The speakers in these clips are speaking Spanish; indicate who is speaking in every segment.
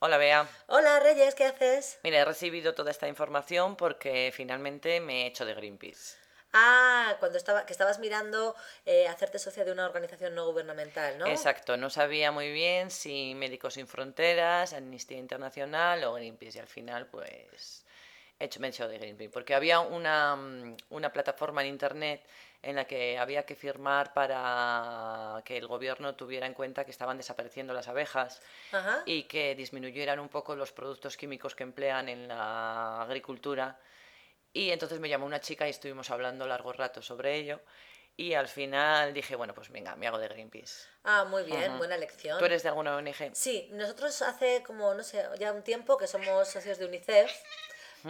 Speaker 1: Hola, Bea.
Speaker 2: Hola Reyes, ¿qué haces?
Speaker 1: Mira, he recibido toda esta información porque finalmente me he hecho de Greenpeace.
Speaker 2: Ah, cuando estaba, que estabas mirando eh, hacerte socia de una organización no gubernamental, ¿no?
Speaker 1: Exacto, no sabía muy bien si Médicos Sin Fronteras, Amnistía Internacional o Greenpeace. Y al final, pues, he hecho, me he hecho de Greenpeace. Porque había una, mm, una plataforma en Internet en la que había que firmar para que el gobierno tuviera en cuenta que estaban desapareciendo las abejas
Speaker 2: Ajá.
Speaker 1: y que disminuyeran un poco los productos químicos que emplean en la agricultura. Y entonces me llamó una chica y estuvimos hablando largo rato sobre ello. Y al final dije, bueno, pues venga, me hago de Greenpeace.
Speaker 2: Ah, muy bien,
Speaker 1: Ajá.
Speaker 2: buena elección.
Speaker 1: ¿Tú eres de alguna ONG?
Speaker 2: Sí, nosotros hace como, no sé, ya un tiempo que somos socios de UNICEF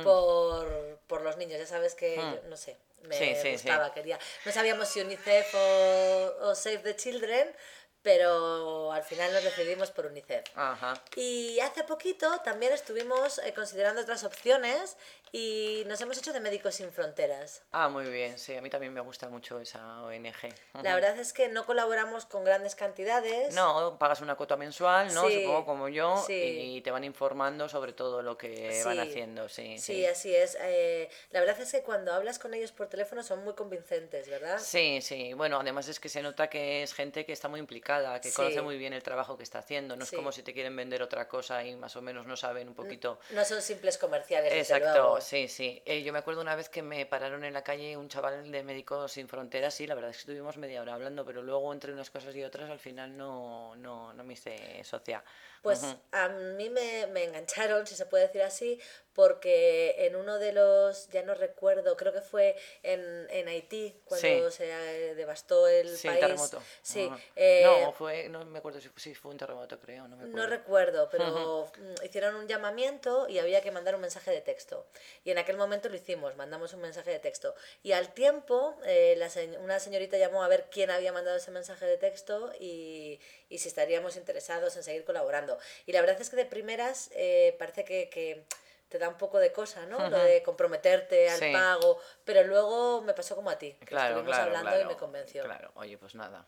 Speaker 2: por, por los niños. Ya sabes que,
Speaker 1: Mm.
Speaker 2: yo- no sé, me
Speaker 1: Sí, sí, sí.
Speaker 2: gustaba, quería. No sabíamos si UNICEF o, o Save the Children, pero al final nos decidimos por UNICEF.
Speaker 1: Ajá.
Speaker 2: Y hace poquito también estuvimos eh, considerando otras opciones y nos hemos hecho de Médicos Sin Fronteras.
Speaker 1: Ah, muy bien, sí, a mí también me gusta mucho esa ONG. Ujú.
Speaker 2: La verdad es que no colaboramos con grandes cantidades.
Speaker 1: No, pagas una cuota mensual, ¿no?
Speaker 2: Sí,
Speaker 1: Supongo como yo,
Speaker 2: sí.
Speaker 1: y te van informando sobre todo lo que van
Speaker 2: Sí,
Speaker 1: haciendo, sí.
Speaker 2: Sí, así es. Eh, la verdad es que cuando hablas con ellos por teléfono son muy convincentes, ¿verdad?
Speaker 1: Sí, sí. Bueno, además es que se nota que es gente que está muy implicada, que
Speaker 2: Sí.
Speaker 1: conoce muy bien el trabajo que está haciendo. No es
Speaker 2: Sí.
Speaker 1: como si te quieren vender otra cosa y más o menos no saben un poquito.
Speaker 2: No son simples comerciales. desde
Speaker 1: Exacto,
Speaker 2: luego.
Speaker 1: sí, sí. Eh, yo me acuerdo una vez que me pararon en la calle un chaval de Médicos Sin Fronteras y la verdad es que estuvimos media hora hablando, pero luego entre unas cosas y otras al final no, no, no me hice socia.
Speaker 2: Pues
Speaker 1: Ujú.
Speaker 2: a mí me, me engancharon, si se puede decir así, porque en uno de los, ya no recuerdo, creo que fue en, en Haití, cuando se eh, devastó el
Speaker 1: Sí,
Speaker 2: país.
Speaker 1: terremoto.
Speaker 2: Sí,
Speaker 1: Ajá.
Speaker 2: eh,
Speaker 1: no, fue, no me acuerdo si fue, sí, fue un terremoto, creo, no me acuerdo.
Speaker 2: No recuerdo, pero mm, hicieron un llamamiento y había que mandar un mensaje de texto. Y en aquel momento lo hicimos, mandamos un mensaje de texto. Y al tiempo, eh, la se- una señorita llamó a ver quién había mandado ese mensaje de texto y, y si estaríamos interesados en seguir colaborando. Y la verdad es que de primeras eh, parece que, que te da un poco de cosa, ¿no? Lo
Speaker 1: Ujú.
Speaker 2: de comprometerte al
Speaker 1: Sí.
Speaker 2: pago, pero luego me pasó como a ti. que
Speaker 1: Claro,
Speaker 2: estuvimos
Speaker 1: claro,
Speaker 2: hablando
Speaker 1: claro,
Speaker 2: y me convenció.
Speaker 1: Claro, oye, pues nada.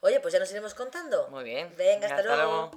Speaker 2: Oye, pues ya nos iremos contando.
Speaker 1: Muy bien.
Speaker 2: Venga, hasta, luego.